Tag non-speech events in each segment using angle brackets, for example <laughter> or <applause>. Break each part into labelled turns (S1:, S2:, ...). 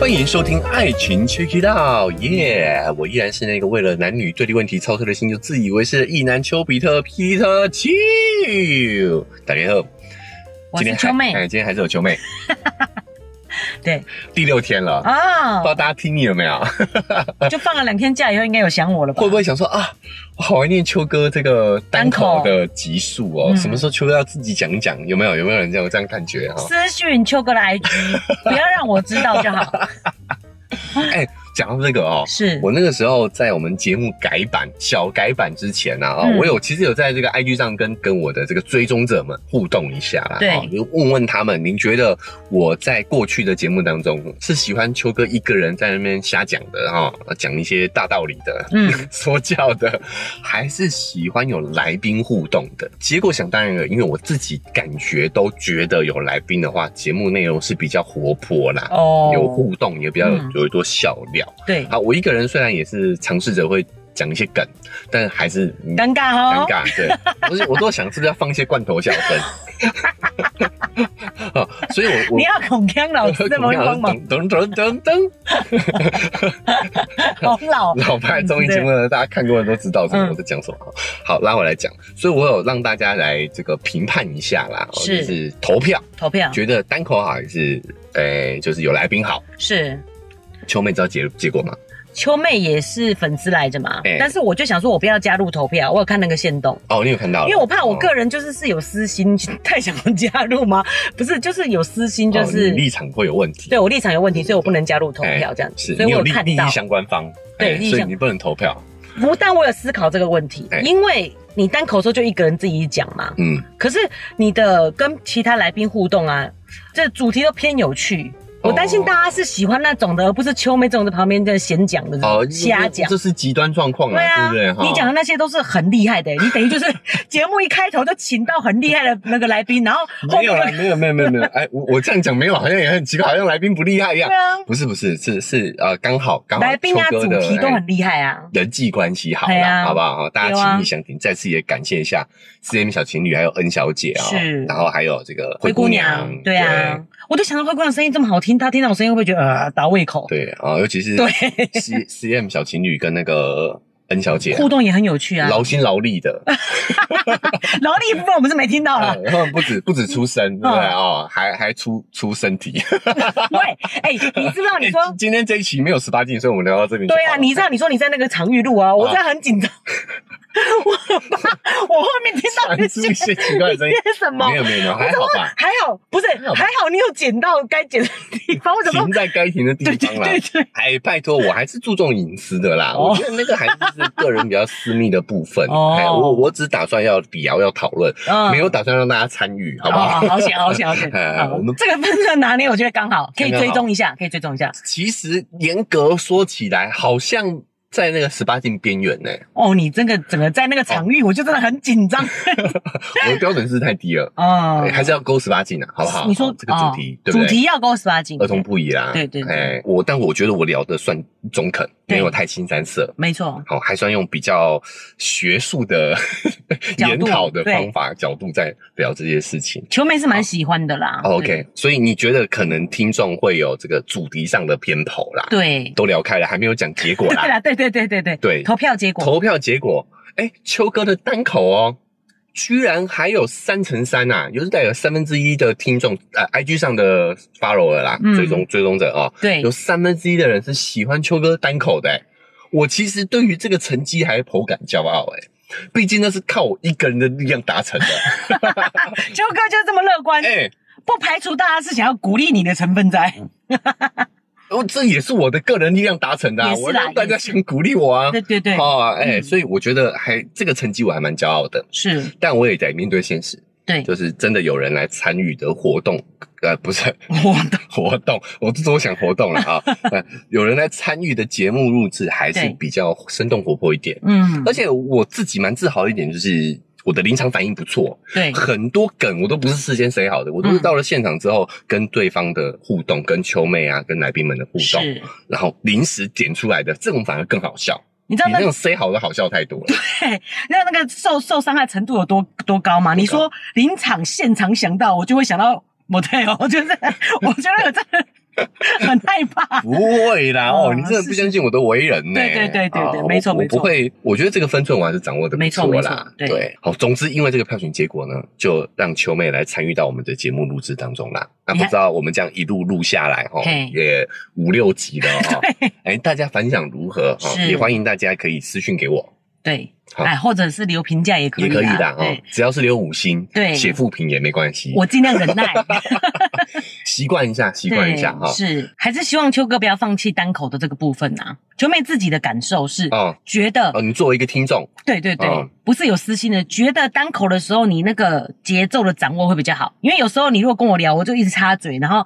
S1: 欢迎收听《爱情 Check It Out》，耶！我依然是那个为了男女对立问题操碎了心就自以为是的意男丘比特 Peter Q。大家好，
S2: 我是秋妹
S1: 还哎，今天还是有秋妹，
S2: 对
S1: 第六天了，不知道
S2: 啊，
S1: 大家听腻了没
S2: <laughs>
S1: 有？
S2: 就放了两天假以后，应该有想我了吧？
S1: 会不会想说啊，我好怀念秋哥这个单口的集数哦？
S2: 嗯
S1: 什么时候秋哥要自己讲一讲？有没有？有没有人这样有这样感觉哦哈？
S2: 私讯秋哥
S1: <laughs>
S2: 的 IG，不要让我知道就好。
S1: 讲到这个哦，
S2: 是，
S1: 我那个时候在我们节目改版小改版之前呢、啊，
S2: 嗯
S1: 我有其实有在这个 IG 上跟跟我的这个追踪者们互动一下啦，
S2: 对
S1: 哦就问问他们，您觉得我在过去的节目当中是喜欢秋哥一个人在那边瞎讲的哈，讲一些大道理的，
S2: 嗯，
S1: <laughs> 说教的，还是喜欢有来宾互动的？结果想当然了，因为我自己感觉都觉得有来宾的话，节目内容是比较活泼啦。
S2: 哦
S1: 有互动也比较有
S2: 嗯
S1: 有多笑料，
S2: 对，
S1: 好，啊我一个人虽然也是尝试着会讲一些梗，但还是嗯
S2: 尴尬
S1: 尴
S2: 哦，
S1: 尬。对，而且我都想是不是要放一些罐头笑声。 <laughs> 啊，所以 <laughs> 我我
S2: 你要孔锵老师这么会帮忙，
S1: 噔噔噔噔噔，
S2: 孔老，
S1: <laughs> 老牌综艺节目呢，大家看过的都知道什么
S2: 嗯
S1: 我在讲什么。好，拉回来讲，所以我有让大家来这个评判一下啦，哦
S2: 是
S1: 就是投票，
S2: 投票
S1: 觉得单口好还是诶、就是有来宾好？
S2: 是。
S1: 秋妹知道结结果吗？
S2: 秋妹也是粉丝来着嘛，
S1: 哎
S2: 但是我就想说，我不要加入投票，我有看那个限动，
S1: 哦，你有看到了？
S2: 因为我怕我
S1: 哦
S2: 个人就是是有私心，太想要加入吗？ <laughs> 不是，就是有私心，就
S1: 哦
S2: 是、
S1: 你立场会有问题。
S2: 对我立场有问题，所以我不能加入投票这样子，
S1: 是
S2: 所以
S1: 你有
S2: 我有
S1: 利
S2: 看
S1: 利
S2: 到
S1: 益。相关方，
S2: 对
S1: 哎
S2: 利益
S1: 所以
S2: 相
S1: 你不能投票。
S2: 不但我有思考这个问题
S1: 哎，
S2: 因为你单口说就一个人自己讲嘛，
S1: 嗯，
S2: 可是你的跟其他来宾互动啊，这主题都偏有趣。
S1: 哦
S2: 我担心大家是喜欢那种的，而不是秋妹这种在旁边在闲讲的、
S1: 哦，
S2: 瞎
S1: 这
S2: 讲。
S1: 这是极端状况
S2: 对
S1: 啦，对
S2: 啊，
S1: 不对？哈
S2: 你讲的那些都是很厉害的、欸你等于
S1: <laughs>
S2: 就是节目一开头就请到很厉害的那个来宾，然后后
S1: 没有
S2: 面
S1: 啦，没有，没有，没有，没有。哎，我我这样讲没有，好像也很奇怪，好像来宾不厉害一样
S2: 对。啊，
S1: 不是，不是，是是呃，刚好刚好
S2: 来宾啊
S1: 秋哥
S2: 主
S1: 的
S2: 题都
S1: 哎
S2: 很厉害啊。
S1: 人际关系好
S2: 对
S1: 啦，
S2: 啊
S1: 好不好？大家
S2: 对啊
S1: 情意相挺，再次也感谢一下 C M 小情侣，还有 N 小姐啊
S2: 是，
S1: 然后还有这个
S2: 灰姑娘，对啊，我就想到灰姑娘声音这么好听，她听到我声音会不会觉得呃打胃口？
S1: 对对啊，尤其是
S2: 对
S1: C C M 小情侣跟那个 N 小姐啊
S2: 互动也很有趣啊。
S1: 劳心劳力的，
S2: <laughs> 然后另一部分我们是没 <laughs> 听
S1: <laughs>
S2: 到了。
S1: 嗯他们不止不止出
S2: 嗯
S1: 声，对不对哦？还还出出身
S2: <laughs>
S1: 体。
S2: 喂，哎，你知不知道？你说
S1: 今天这一期没有十八禁，所以我们聊到这边就好
S2: 对
S1: 了。
S2: 啊，你知道？你说你在那个长玉路啊，我真的很紧张，我很怕我后面听到
S1: <laughs> 传
S2: 一
S1: 出一
S2: 些
S1: 些奇怪的
S2: <laughs>
S1: 声音，
S2: 什么
S1: 没。有没有没有，还好吧？
S2: 还好不是，
S1: 好吧
S2: 还好你有捡到该捡的地方，我怎么
S1: 停在该停的地
S2: 对对
S1: 方啦
S2: 对。对，
S1: 哎，拜托，我还是注重隐私的啦。
S2: 哦
S1: 我觉得那个还是个人比较私密的部分。
S2: <laughs> 哦
S1: 哎，我我只打算要比瑶要讨论，
S2: 嗯
S1: 啊
S2: 哦
S1: 没有打算让大家参与，好不
S2: 好
S1: 好？
S2: 好险，好险，好险！
S1: 哎
S2: 好
S1: 我们
S2: 这个分寸拿捏，我觉得刚
S1: <laughs>
S2: 好，可以
S1: 刚刚
S2: 追
S1: 好
S2: 踪一下，可以追踪一下。
S1: <laughs> 其实严格说起来，好像在那个十八禁边缘呢。
S2: 哦，你这个整个在那个场域，我就真的很紧张
S1: 我的标准是太低了。
S2: 啊
S1: 哎还是要勾十八禁啊，好不好？
S2: 你说
S1: 这个主题，
S2: 哦
S1: 对不对？
S2: 主题要勾十八禁，
S1: 儿童不宜啦，
S2: 对对对
S1: 哎，我但我觉得我聊的算中肯，
S2: 对
S1: 没有太新三色，
S2: 没错，
S1: 好，还算用比较学术的
S2: <laughs> 角度
S1: 研讨的
S2: 对
S1: 方法角度在聊这些事情。
S2: 球妹是蛮喜欢的啦。
S1: 哦 OK，所以你觉得可能听众会有这个主题上的偏颇啦？，
S2: 对
S1: 都聊开了，还没有讲结果
S2: 对 <laughs>
S1: 啦。
S2: 啦，对对对对对
S1: 对
S2: 投票结果
S1: 投票结果，哎，秋哥的单口哦，居然还有三乘三呐、啊，也就是代表三分之一的听众，呃，IG 上的 follower 啦，
S2: 嗯哎
S1: 追踪追踪者啊、哦，
S2: 对
S1: 有三分之一的人是喜欢秋哥单口的、欸。我其实对于这个成绩还颇感骄傲哎、毕竟那是靠我一个人的力量达
S2: <laughs>
S1: 成的。
S2: 秋哥就这么乐观，
S1: 哎、
S2: 不排除大家是想要鼓励你的成分在。
S1: 嗯哦，这也是我的个人力量达成的、啊，
S2: 也是啦
S1: 我让大家
S2: 也是
S1: 想鼓励我啊。
S2: 对对对，
S1: 好啊，哎、
S2: 嗯
S1: 所以我觉得还这个成绩我还蛮骄傲的，
S2: 是，
S1: 但我也得面对现实，
S2: 对，
S1: 就是真的有人来参与的活动，呃，不是 <laughs>
S2: 我的
S1: 活动，我是多想活动了啊、 <laughs> 呃，有人来参与的节目录制还是
S2: 对
S1: 比较生动活泼一点。
S2: 嗯
S1: 而，且我自己蛮自豪的一点就是我的临场反应不错，
S2: 对，嗯
S1: 很多梗我都不是事先塞好的，我都是到了现场之后跟对方的互动，跟球妹啊，跟来宾们的互动，
S2: 是。
S1: 然后临时点出来的，这种反而更好笑。
S2: 你知道
S1: 你
S2: 那
S1: 那种塞好的好笑太多了，
S2: 那那个受受伤害程度有多多高吗？
S1: <laughs>
S2: 你 <laughs> 说临场现场想到，我就会想到 motel，就是我觉得我真的很害怕。
S1: 不会
S2: <laughs>
S1: 啦，哦，
S2: 嗯
S1: 你真的不相信我的为人呢、
S2: 是是对对对对对
S1: 啊
S2: 没错
S1: 我
S2: 没错
S1: 我不会，我觉得这个分寸我还是掌握的
S2: 没错
S1: 啦。
S2: 没错对
S1: 对，好，总之因为这个票选结果呢，就让秋妹来参与到我们的节目录制当中啦。那
S2: 你
S1: 不
S2: 看
S1: 知道我们这样一路录下来哦
S2: 嘿，
S1: 也五六集了
S2: <laughs>
S1: 哦。哎，大家反响如何？哦
S2: 是
S1: 也欢迎大家可以私讯给我，
S2: 对，
S1: 好
S2: 哎，或者是留评价也可以
S1: 也
S2: 啦，
S1: 可以的哦
S2: 对，，
S1: 只要是留五星，
S2: 对
S1: 写负评也没关系。
S2: 我尽量忍耐，
S1: 习惯一下，习
S2: 对，
S1: 惯一下哈。
S2: 是，还是希望秋哥不要放弃单口的这个部分啊。秋妹自己的感受是，
S1: 哦
S2: 觉得、
S1: 哦，你作为一个听众，
S2: 对对对，
S1: 嗯
S2: 不是有私心的，觉得单口的时候你那个节奏的掌握会比较好，因为有时候你如果跟我聊，我就一直插嘴，然后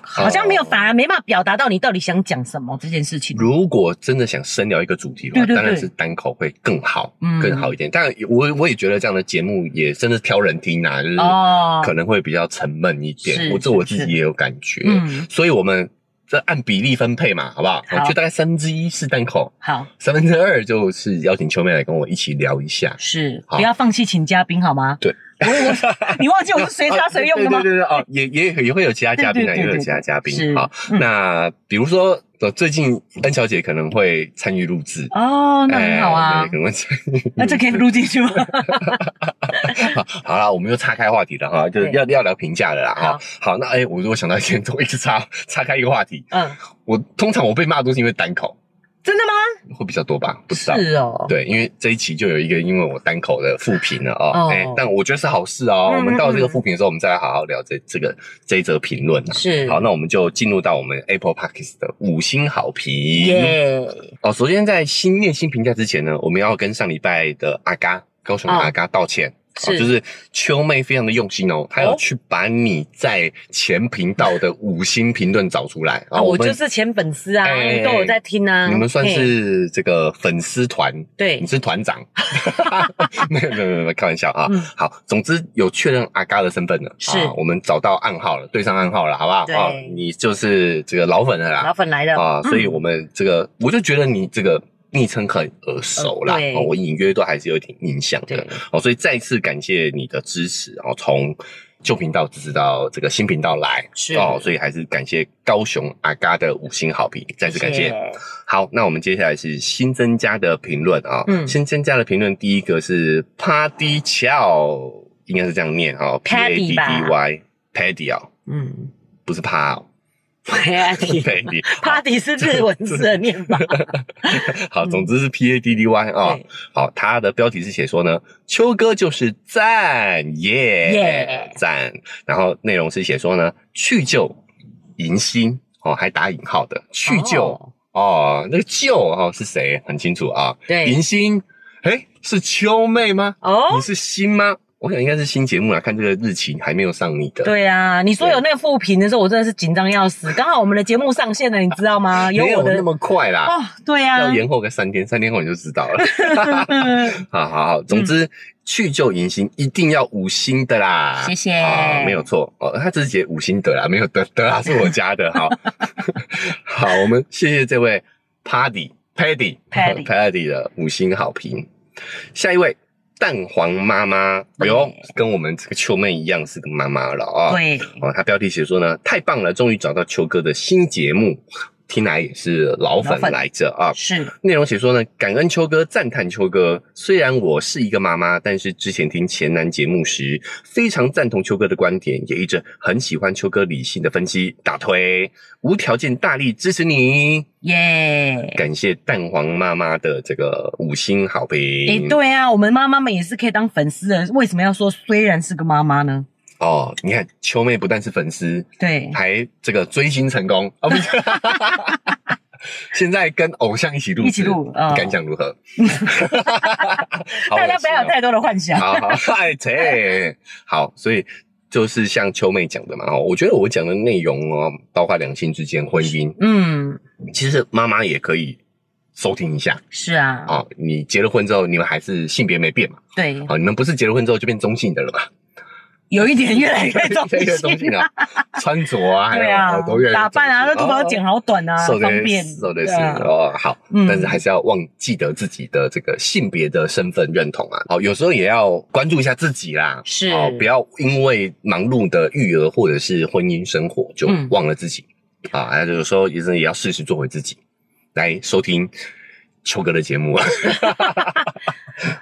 S2: 好像没有，
S1: 哦
S2: 反而没办法表达到你到底想讲什么这件事情。
S1: 如果真的想深聊一个主题的话，
S2: 对对对
S1: 当然是单口会更好，
S2: 嗯
S1: 更好一点。但我我也觉得这样的节目也真的是挑人听啊，就是
S2: 哦，
S1: 可能会比较沉闷一点。
S2: 是
S1: 我这我自
S2: 是
S1: 己也有感觉，
S2: 嗯，
S1: 所以我们这按比例分配嘛，好不好？
S2: 好
S1: 就大概三分之一是单口，
S2: 好，
S1: 三分之二就是邀请秋妹来跟我一起聊一下。
S2: 是，
S1: 好
S2: 不要放弃请嘉宾好吗？
S1: 对，
S2: 我我你忘记我是随插随用的吗
S1: 啊？ <laughs> 对对对对哦，也也也会有其他嘉宾啊，
S2: 对对对
S1: 也
S2: 对
S1: 会有其他嘉宾
S2: 是。
S1: 好，
S2: 嗯
S1: 那比如说，呃，最近恩小姐可能会参与录制。
S2: 哦，那很好啊
S1: 哎对，可能参与
S2: 那这可以录进去吗？
S1: 好好啦，我们又岔开话题了
S2: <laughs>
S1: 哈，就是
S2: 对
S1: 要要聊评价了啦哈。好，那哎、我如果想到一件，我一直岔岔开一个话题，
S2: 嗯，
S1: 我通常我被骂都是因为单口
S2: <laughs> 真的吗？
S1: 会比较多吧，不知道。
S2: 是哦，
S1: 对，因为这一期就有一个因为我单口的复评了哦，
S2: 哦
S1: 哎、但我觉得是好事哦。
S2: 嗯
S1: 我们到这个复评的时候，我们再来好好聊这这个这一则评论啊。
S2: 是
S1: 好，那我们就进入到我们 Apple Podcast 的五星好评。
S2: 耶，
S1: 哦，首先在新念新评价之前呢，我们要跟上礼拜的阿嘎高雄的
S2: 哦
S1: 阿嘎道歉。
S2: 是
S1: 哦就是秋妹非常的用心哦，她有去把你在前频道的五星评论找出来啊、
S2: 啊，我
S1: 们
S2: 就是前粉丝啊，
S1: 哎
S2: 都有在听啊。
S1: 你们算
S2: 嘿
S1: 是这个粉丝团，
S2: 对
S1: 你，是团
S2: <laughs>
S1: 长，没有没有没有没有，开玩笑啊。
S2: 嗯
S1: 好，总之有确认阿嘎的身份了，
S2: 是
S1: 啊，我们找到暗号了，对上暗号了，好不好？
S2: 对
S1: 啊，你就是这个老粉了
S2: 老
S1: 啦，
S2: 粉来的
S1: 啊，所以
S2: 嗯
S1: 我们这个我就觉得你这个昵称很耳熟啦，
S2: 呃对
S1: 哦我隐约都还是有点印象的
S2: 嗯对，
S1: 哦，所以再次感谢你的支持哦，从旧频道支持到这个新频道来，
S2: 是
S1: 哦，所以还是感谢高雄阿嘎的五星好评，再次感谢。好，那我们接下来是新增加的评论啊。
S2: 嗯
S1: 新增加的评论第一个是 Paddy Chow，应该是这样念哦
S2: Paddy 吧
S1: Y Paddy 哦，
S2: 嗯，
S1: 不是趴哦
S2: <laughs>
S1: <laughs>
S2: party
S1: ，Paddy。
S2: party 是日文字的念
S1: <laughs>
S2: 法，
S1: 好，
S2: <laughs> 嗯
S1: 总之是 P A D D Y 啊
S2: 对。
S1: 好，它的标题是写说呢，秋哥就是赞耶
S2: 耶
S1: 赞，然后内容是写说呢，去旧迎新哦，还打引号的去旧
S2: 哦
S1: 哦，那个旧哦是谁很清楚啊。迎
S2: 对
S1: 新，哎，是秋妹吗？你
S2: 哦，
S1: 是新吗？我想应该是新节目啦，看这个日期还没有上你的。，
S2: 对啊，你说有那个复评的时候，我真的是紧张要死。刚好我们的节目上线了，你知道吗？
S1: 没有
S2: 我的
S1: 那么快啦，
S2: 哦，对
S1: 要
S2: 啊，嗯
S1: 延后个三天，三天后你就知道了。好啊好好，总之、去旧迎新一定要五星的啦。
S2: 谢谢
S1: 啊，没有错哦，他只是写五星的啦，没有的的啦，是我家的。好， <laughs> 好，我们谢谢这位 Paddy Paddy
S2: Paddy
S1: <laughs> Paddy 的五星好评。下一位蛋黄妈妈，哎呦
S2: 对，
S1: 跟我们这个秋妹一样是个妈妈了啊、哦。
S2: 对，
S1: 哦，她标题写说呢，太棒了，终于找到秋哥的新节目，听来也是老粉
S2: 老粉
S1: 来着啊。
S2: 是
S1: 内容写说呢，感恩秋哥，赞叹秋哥。虽然我是一个妈妈，但是之前听前男节目时，非常赞同秋哥的观点，也一直很喜欢秋哥理性的分析，打推，无条件大力支持你。
S2: 耶。
S1: 感谢蛋黄妈妈的这个五星好
S2: 诶，
S1: 评。
S2: 对啊，我们妈妈们也是可以当粉丝的，为什么要说虽然是个妈妈呢？
S1: 哦，你看秋妹不但是粉丝，
S2: 对，
S1: 还这个追星成功啊！不是， <laughs> 现在跟偶像一起录制，
S2: 一起录哦
S1: 感想
S2: <laughs>
S1: 如何？好啊
S2: 大家不要有太多的幻想。
S1: <laughs> 好好，哎切，好，所以就是像秋妹讲的嘛，哦，我觉得我讲的内容哦，包括两性之间、婚姻，
S2: 嗯，
S1: 其实妈妈也可以收听一下
S2: 是啊，嗯
S1: 啊、哦。你结了婚之后，你们还是性别没变嘛？
S2: 对
S1: 啊、，你们不是结了婚之后就变中性的
S2: <laughs>
S1: 了嘛？
S2: 有一点越来越
S1: <laughs>
S2: 中
S1: 越来越中
S2: 性
S1: 性了，穿着啊，还
S2: 对
S1: 有、
S2: 啊
S1: 哦都越来，越
S2: 打扮啊，那
S1: 中性
S2: 头发都剪。好短啊，
S1: 受的
S2: 方便，
S1: 受的是
S2: 对啊
S1: 哦，好，
S2: 嗯
S1: 但是还是要忘记得自己的这个性别的身份认同啊。好，有时候也要关注一下自己啦，
S2: 是
S1: 哦，不要因为忙碌的育儿或者是婚姻生活就
S2: 嗯
S1: 忘了自己。啊，还有有时候也是也要适时做回自己，来收听秋哥的节目。 <laughs>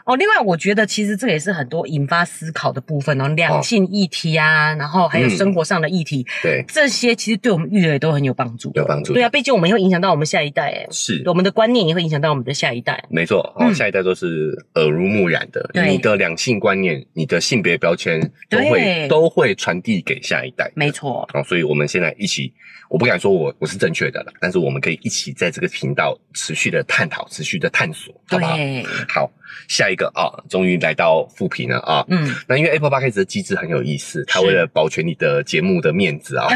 S2: 哦，另外我觉得其实这个也是很多引发思考的部分哦，两性议题啊，然后还有
S1: 嗯
S2: 生活上的议题，
S1: 对，
S2: 这些其实对我们育儿都很有帮助。
S1: 有帮助的。
S2: 对啊，毕竟我们会影响到我们下一代，哎，
S1: 是
S2: 我们的观念也会影响到我们的下一代。
S1: 没错，好，
S2: 嗯
S1: 下一代都是耳濡目染的，
S2: 对
S1: 你的两性观念、你的性别标签都
S2: 对
S1: 会都会传递给下一代。
S2: 没错，
S1: 好，所以我们现在一起，我不敢说我我是正确的了，但是我们可以一起在这个频道持续的探讨、持续的探索，好不好？
S2: 对，
S1: 好，下一个啊，终于来到复评了啊。
S2: 嗯， <laughs>
S1: 那因为 Apple Podcast 的机制很有意思，它
S2: 是
S1: 为了保全你的节目的面子啊，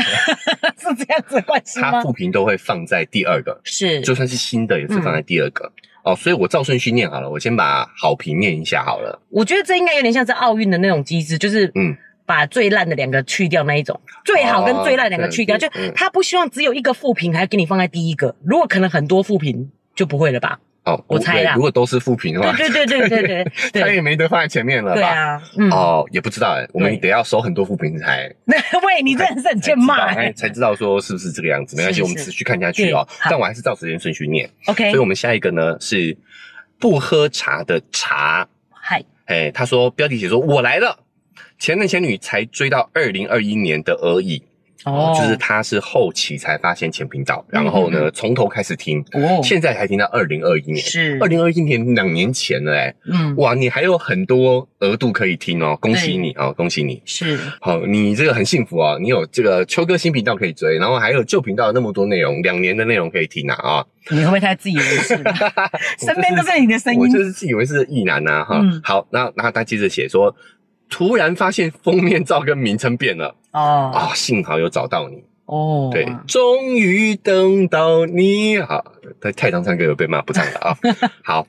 S2: 是这样子的关系
S1: 它
S2: 吗？
S1: 复评都会放在第二个，
S2: 是，嗯
S1: 就算是新的也是放在第二个、哦，所以我照顺序念好了，我先把好评念一下好了。
S2: 我觉得这应该有点像是奥运的那种机制，就是
S1: 嗯
S2: 把最烂的两个去掉那一种，最好跟最烂两个去掉，
S1: 哦
S2: 就
S1: 对对
S2: 他不希望只有一个负评还给你放在第一个，如果可能很多负评就不会了吧？
S1: 哦，
S2: 我猜啦
S1: 对如果都是负评的话，
S2: 对对对
S1: <laughs>
S2: 对对对
S1: 它
S2: 对
S1: 也没得放在前面了
S2: 对
S1: 吧？
S2: 啊，嗯，
S1: 哦，也不知道哎、我们
S2: 对
S1: 得要收很多负评才
S2: 那 <laughs> 喂，你真的是
S1: 才
S2: 很欠
S1: 知道，
S2: 骂
S1: 哎
S2: 欸
S1: 才知道说是不是这个样子。没关系，
S2: 是
S1: 我们
S2: 是
S1: 持续看下去哦
S2: 对。好哎
S1: 但我还是照时间顺序念，
S2: ，OK，
S1: 所以我们下一个呢是不喝茶的茶。
S2: 嗨，
S1: 哎，他说标题写说我来了，前任前女才追到二零二一年的而已。
S2: 哦，嗯
S1: 就是他是后期才发现前频道，然后呢从头开始听，
S2: 哦，
S1: 现在还听到二零二一年。
S2: 是
S1: 二，零二一年两年前了哎、
S2: 嗯，
S1: 哇，你还有很多额度可以听哦，恭喜你哦，恭喜你！
S2: 是，
S1: 好，你这个很幸福哦，你有这个秋哥新频道可以追，然后还有旧频道那么多内容，两年的内容可以听啊啊！
S2: 你会不会太自以为是
S1: <laughs>
S2: 了？身边都是你的声
S1: 我
S2: 音
S1: 就，是自以为是意男呐、啊、哈。
S2: 嗯
S1: 好，那那他接着写说，突然发现封面照跟名称变了
S2: 哦
S1: 啊、幸好有找到你。
S2: 哦，
S1: 对，终于等到你好，他太常唱歌有被骂，不唱了啊。好，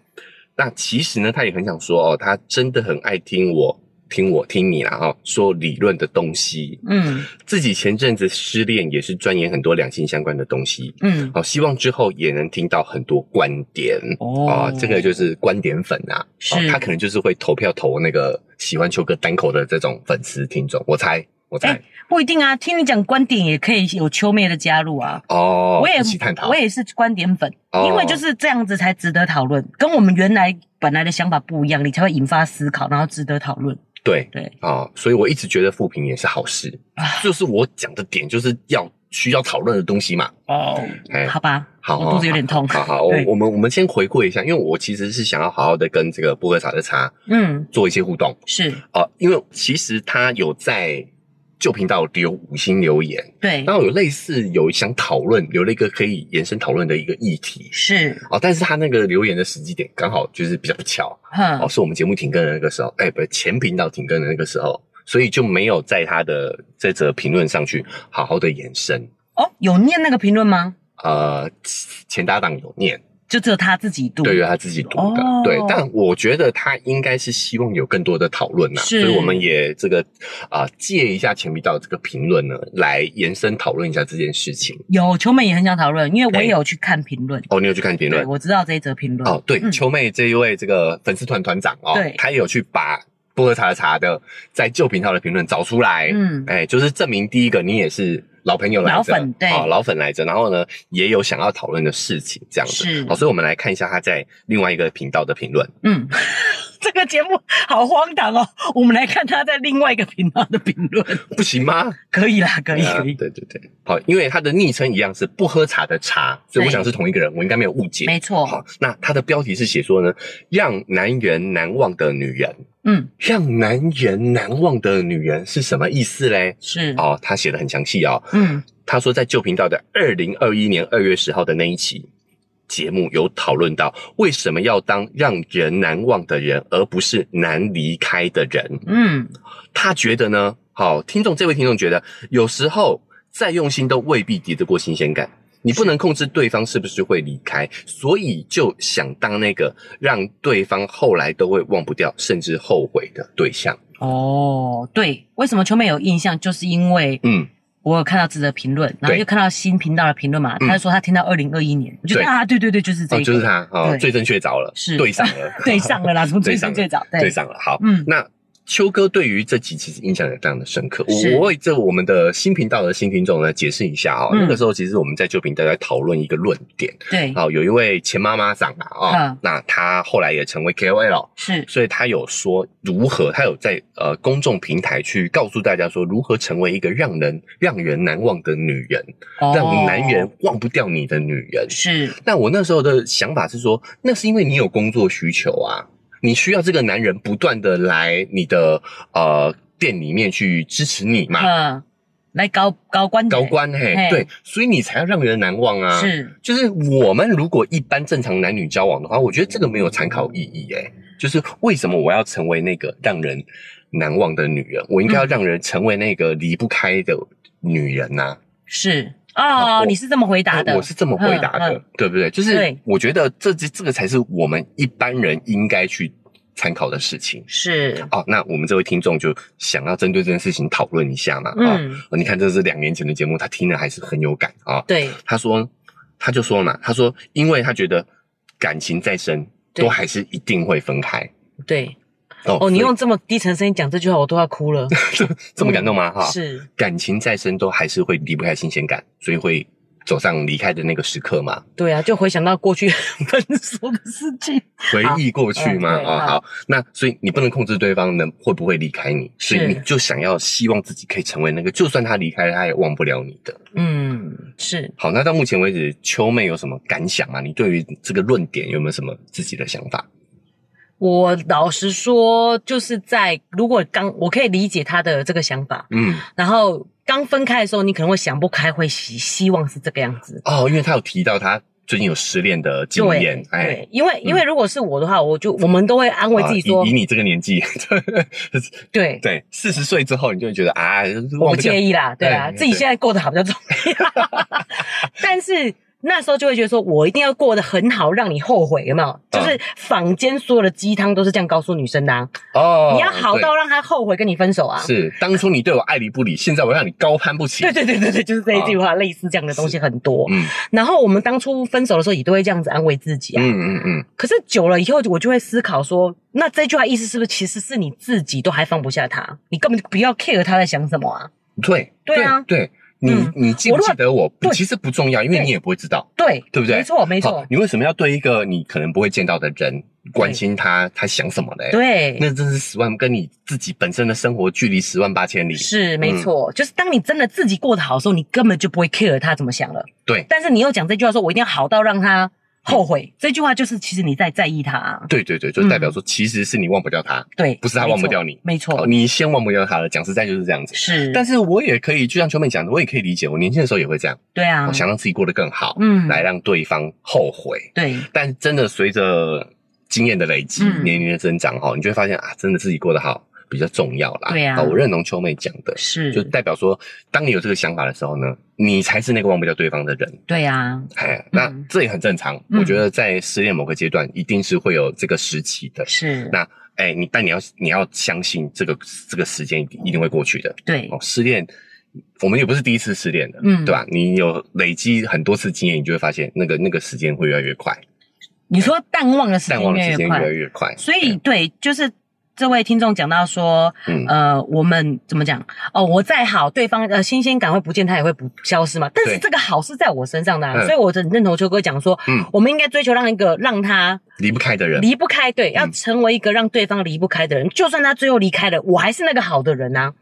S1: 那其实呢，他也很想说哦，他真的很爱听我。听我听你啦哦，说理论的东西，
S2: 嗯
S1: 自己前阵子失恋也是钻研很多两性相关的东西，
S2: 嗯，
S1: 好、希望之后也能听到很多观点哦这个就是观点粉啊，
S2: 是
S1: 他可能就是会投票投那个喜欢秋哥单口的这种粉丝听众，我猜，我猜、
S2: 哎不一定啊，听你讲观点也可以有秋妹的加入啊。
S1: 哦，
S2: 我也
S1: 一起探讨
S2: 我，也是观点粉，
S1: 哦
S2: 因为就是这样子才值得讨论，跟我们原来本来的想法不一样，你才会引发思考，然后值得讨论。
S1: 对，
S2: 对，
S1: 啊、所以我一直觉得复评也是好事
S2: 啊，
S1: 就是我讲的点就是要需要讨论的东西
S2: <laughs>
S1: 嘛。
S2: 哦，
S1: 哎，
S2: 好吧，
S1: 好
S2: 我肚子有点痛。
S1: 好好，我
S2: 对
S1: 我们我们先回顾一下，因为我其实是想要好好的跟这个波哥茶的茶
S2: 嗯，
S1: 做一些互动
S2: 是
S1: 啊、因为其实他有在旧频道留五星留言，
S2: 对，
S1: 然后有类似有想讨论，留了一个可以延伸讨论的一个议题。
S2: 是，
S1: 哦，但是他那个留言的时机点刚好就是比较不巧，哦，
S2: 哼，
S1: 是我们节目停更的那个时候，哎、不是前频道停更的那个时候，所以就没有在他的这则评论上去好好的延伸。
S2: 哦，有念那个评论吗？
S1: 呃，前搭档有念，
S2: 就只有他自己读。
S1: 对于啊他自己读的，
S2: 哦
S1: 对，但我觉得他应该是希望有更多的讨论呐，所
S2: 是
S1: 以我们也这个啊、借一下前频道这个评论呢，来延伸讨论一下这件事情。
S2: 有秋妹也很想讨论，因为我也有去看评论，
S1: 哦，你有去看评
S2: 对，
S1: 论？
S2: 我知道这一则评论。
S1: 哦，对，
S2: 嗯
S1: 秋妹这一位这个粉丝团团长哦
S2: 对，
S1: 他也有去把薄荷茶的茶的在旧频道的评论找出来，
S2: 嗯，
S1: 哎，就是证明第一个你也是老朋友来着，
S2: 老粉对
S1: 哦，老粉来着。然后呢，也有想要讨论的事情，这样子。哦
S2: 是
S1: 好，所以我们来看一下他在另外一个频道的评论。
S2: 嗯， <laughs> 这个节目好荒唐哦！我们来看他在另外一个频道的评论，
S1: <laughs>
S2: 呃
S1: 不行吗？
S2: 可以啦， <laughs> 可以，
S1: 啊
S2: 可以，
S1: 对对对，好，因为他的昵称一样是不喝茶的茶，所以我
S2: 对
S1: 想是同一个人，我应该没有误解。
S2: 没错，
S1: 好，那他的标题是写说呢，让男人难忘的女人，
S2: 嗯，
S1: 让男人难忘的女人是什么意思嘞？
S2: 是，
S1: 哦，他写的很详细哦。
S2: 嗯，
S1: 他说在旧频道的二零二一年二月十号的那一期节目有讨论到，为什么要当让人难忘的人，而不是难离开的人。
S2: 嗯，
S1: 他觉得呢，好，听众这位听众觉得，有时候再用心都未必敌得过新鲜感。你不能控制对方是不是会离开，所以就想当那个让对方后来都会忘不掉，甚至后悔的对象。
S2: 哦，对，为什么秋妹有印象，就是因为
S1: 嗯，
S2: 我有看到自己的评论，然后
S1: 对嗯
S2: 又看到新频道的评论嘛，他就说他听到二零二一年，我觉得
S1: 对
S2: 啊，对对对，就是这
S1: 哦，
S2: 个，
S1: 就是他，哦，
S2: 对
S1: 最正确着了，
S2: 是 <laughs>，
S1: 对上了 <laughs>
S2: 对上了啦，从最最最早，
S1: 对，上了。好，
S2: 嗯
S1: 那秋哥对于这几期印象也非常的深刻。
S2: 是
S1: 我为这我们的新频道的新听众呢解释一下啊、
S2: 嗯
S1: 那个时候其实我们在旧频道在讨论一个论点，
S2: 对，
S1: 好、有一位钱妈妈长啊啊、
S2: 嗯
S1: 那她后来也成为 KOL，
S2: 是
S1: 所以她有说如何，她有在呃公众平台去告诉大家说如何成为一个让人让人难忘的女人，让男人
S2: 哦
S1: 忘不掉你的女人。
S2: 是
S1: 那我那时候的想法是说，那是因为你有工作需求啊，你需要这个男人不断的来你的呃店里面去支持你嘛，
S2: 嗯，来高高官的
S1: 高官嘿，
S2: 嘿
S1: 对，所以你才要让人难忘啊。，
S2: 是
S1: 就是我们如果一般正常男女交往的话，我觉得这个没有参考意义诶、就是为什么我要成为那个让人难忘的女人？我应该
S2: 嗯
S1: 要让人成为那个离不开的女人呐、
S2: 是
S1: 好
S2: 哦
S1: 我，
S2: 你是这么回答的，
S1: 我是这么回答的，
S2: 嗯嗯
S1: 对不对？就
S2: 对
S1: 是我觉得这这这个才是我们一般人应该去参考的事情。 <laughs>
S2: 是
S1: 哦，那我们这位听众就想要针对这件事情讨论一下嘛？啊、
S2: 嗯，
S1: 你看这是两年前的节目，他听了还是很有感啊、
S2: 对
S1: 他说，他就说嘛，他说，因为他觉得感情再深，
S2: 对
S1: 都还是一定会分开。
S2: 对
S1: 哦
S2: 哦，
S1: 所
S2: 你
S1: 以
S2: 用这么低沉声音讲这句话，我都要
S1: <laughs>
S2: 哭了。
S1: 这么感动吗？哈、
S2: 嗯是
S1: 感情再深，都还是会离不开新鲜感，所以会走上离开的那个时刻嘛。
S2: 对啊，就回想到过去 <laughs> 分手的事情。
S1: 回忆过去吗？
S2: 嗯对
S1: 啊、
S2: 好
S1: 好，那所以你不能控制对方能会不会离开你，
S2: 是
S1: 所以你就想要希望自己可以成为那个，就算他离开了，他也忘不了你的。
S2: 嗯，是
S1: 好，那到目前为止，秋妹有什么感想啊？你对于这个论点有没有什么自己的想法？
S2: 我老实说，就是在如果刚我可以理解他的这个想法，
S1: 嗯，
S2: 然后刚分开的时候，你可能会想不开，会希希望是这个样子。
S1: 哦，因为她有提到她最近有失恋的经验
S2: 对，，
S1: 哎。
S2: 对，因为因为如果是我的话，我就我们都会安慰自己说
S1: 啊以，以你这个年纪，
S2: 对，
S1: 对，四十岁之后，你就会觉得啊，
S2: 我
S1: 忘
S2: 不
S1: 掉
S2: 介意啦，对啊，
S1: 哎对
S2: 自己现在过得好比较重
S1: <laughs>
S2: 要。但是那时候就会觉得说，我一定要过得很好，让你后悔，有没
S1: 啊
S2: 有？就是坊间所有的鸡汤都是这样告诉女生的、啊，
S1: 哦。
S2: 你要好
S1: 对
S2: 到让她后悔跟你分手啊。
S1: 是当初你对我爱理不理，现在我让你高攀不起。
S2: 对对对对对，就是这一句话，类似这样的东西很多。
S1: 哦嗯
S2: 然后我们当初分手的时候，也都会这样子安慰自己啊。
S1: 嗯嗯嗯，
S2: 可是久了以后，我就会思考说，那这句话意思是不是其实是你自己都还放不下他，你根本就不要 care 他在想什么啊？
S1: 对
S2: 对啊
S1: 对，你
S2: 嗯
S1: 你记不
S2: 我如果
S1: 记得我
S2: 对？
S1: 其实不重要，因为
S2: 对
S1: 你也不会知道，
S2: 对，
S1: 对不对
S2: 没错，没
S1: 好
S2: 错，
S1: 你为什么要对一个你可能不会见到的人关心他他想什么嘞？，
S2: 对。
S1: 那真是十万跟你自己本身的生活距离十万八千里。
S2: 是没错，就是当你真的自己过得好的时候，你根本就不会 care 他怎么想了。
S1: 对
S2: 但是你又讲这句话说，我一定要好到让他后悔，这句话就是其实你在在意他啊。
S1: 对对对，就代表说其实是你忘不掉他，
S2: 对，
S1: 不是他忘不掉你
S2: 没错，嗯
S1: 哦
S2: 没错
S1: 你先忘不掉他了。讲实在就是这样子。
S2: 是，
S1: 但是我也可以，就像秋妹讲的，我也可以理解，我年轻的时候也会这样，
S2: 对啊
S1: 我，想让自己过得更好，
S2: 嗯
S1: 来让对方后悔。
S2: 对，
S1: 但真的随着经验的累积、
S2: 嗯
S1: 年龄的增长哈，你就会发现啊，真的自己过得好比较重要啦。
S2: 对啊
S1: 好我认同秋妹讲的，
S2: 是，
S1: 就代表说，当你有这个想法的时候呢，你才是那个忘不掉对方的人。
S2: 对啊，
S1: 哎，那
S2: 嗯
S1: 这也很正常。
S2: 嗯
S1: 我觉得在失恋某个阶段，一定是会有这个时期的。
S2: 是，
S1: 那哎，你但你要你要相信这个这个时间一定一定会过去的。
S2: 对
S1: 哦，，失恋，我们也不是第一次失恋的，
S2: 嗯
S1: 对吧？你有累积很多次经验，你就会发现那个那个时间会越来越快。
S2: 你说淡忘的时间
S1: 淡忘的时
S2: 越来
S1: 间
S2: 越
S1: 越
S2: 快
S1: 来，越快，
S2: 所以对，就是这位听众讲到说，
S1: 嗯
S2: 呃，我们怎么讲？哦，我再好，对方呃新鲜感会不见，他也会不消失嘛。但是
S1: 对
S2: 这个好是在我身上的、啊，
S1: 嗯
S2: 所以我很认同秋哥讲说，
S1: 嗯
S2: 我们应该追求让一个让他
S1: 离不开的人，
S2: 离不开，
S1: 嗯
S2: 对，要成为一个让对方离不开的人。就算他最后离开了，我还是那个好的人啊，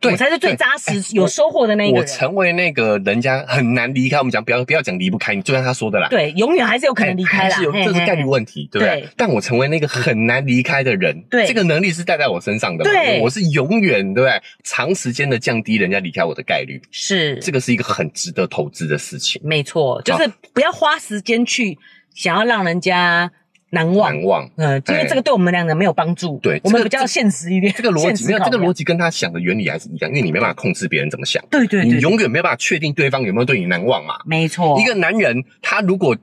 S1: 对
S2: 我才是最
S1: 对
S2: 扎实、
S1: 哎
S2: 有收获的那一个
S1: 我
S2: 人。
S1: 成为那个人家很难离开。我们讲不要不要讲离不开，你就像他说的啦，，哎
S2: 对，永远还是有可能离开啦，
S1: 是有
S2: 嘿
S1: 这是概率。
S2: 嘿嘿
S1: 问题，对不对
S2: 对？
S1: 但我成为那个很难离开的人，
S2: 对
S1: 这个能力是带在我身上的嘛，
S2: 对
S1: 我是永远对不对？长时间的降低人家离开我的概率，
S2: 是
S1: 这个是一个很值得投资的事情。
S2: 没错，就是不要花时间去想要让人家难忘
S1: 难。忘
S2: 嗯，因为这个对我们两个没有帮助。
S1: 哎对
S2: 我们
S1: 这个
S2: 比较现实一点。
S1: 这个逻辑没有，这个逻
S2: 辑，
S1: 辑跟他想的原理还是一样，因为你没办法控制别人怎么想，
S2: 对对哦
S1: 你
S2: 对，
S1: 永远没办法确定对方有没有对你难忘嘛。
S2: 没错。
S1: 一个男人他如果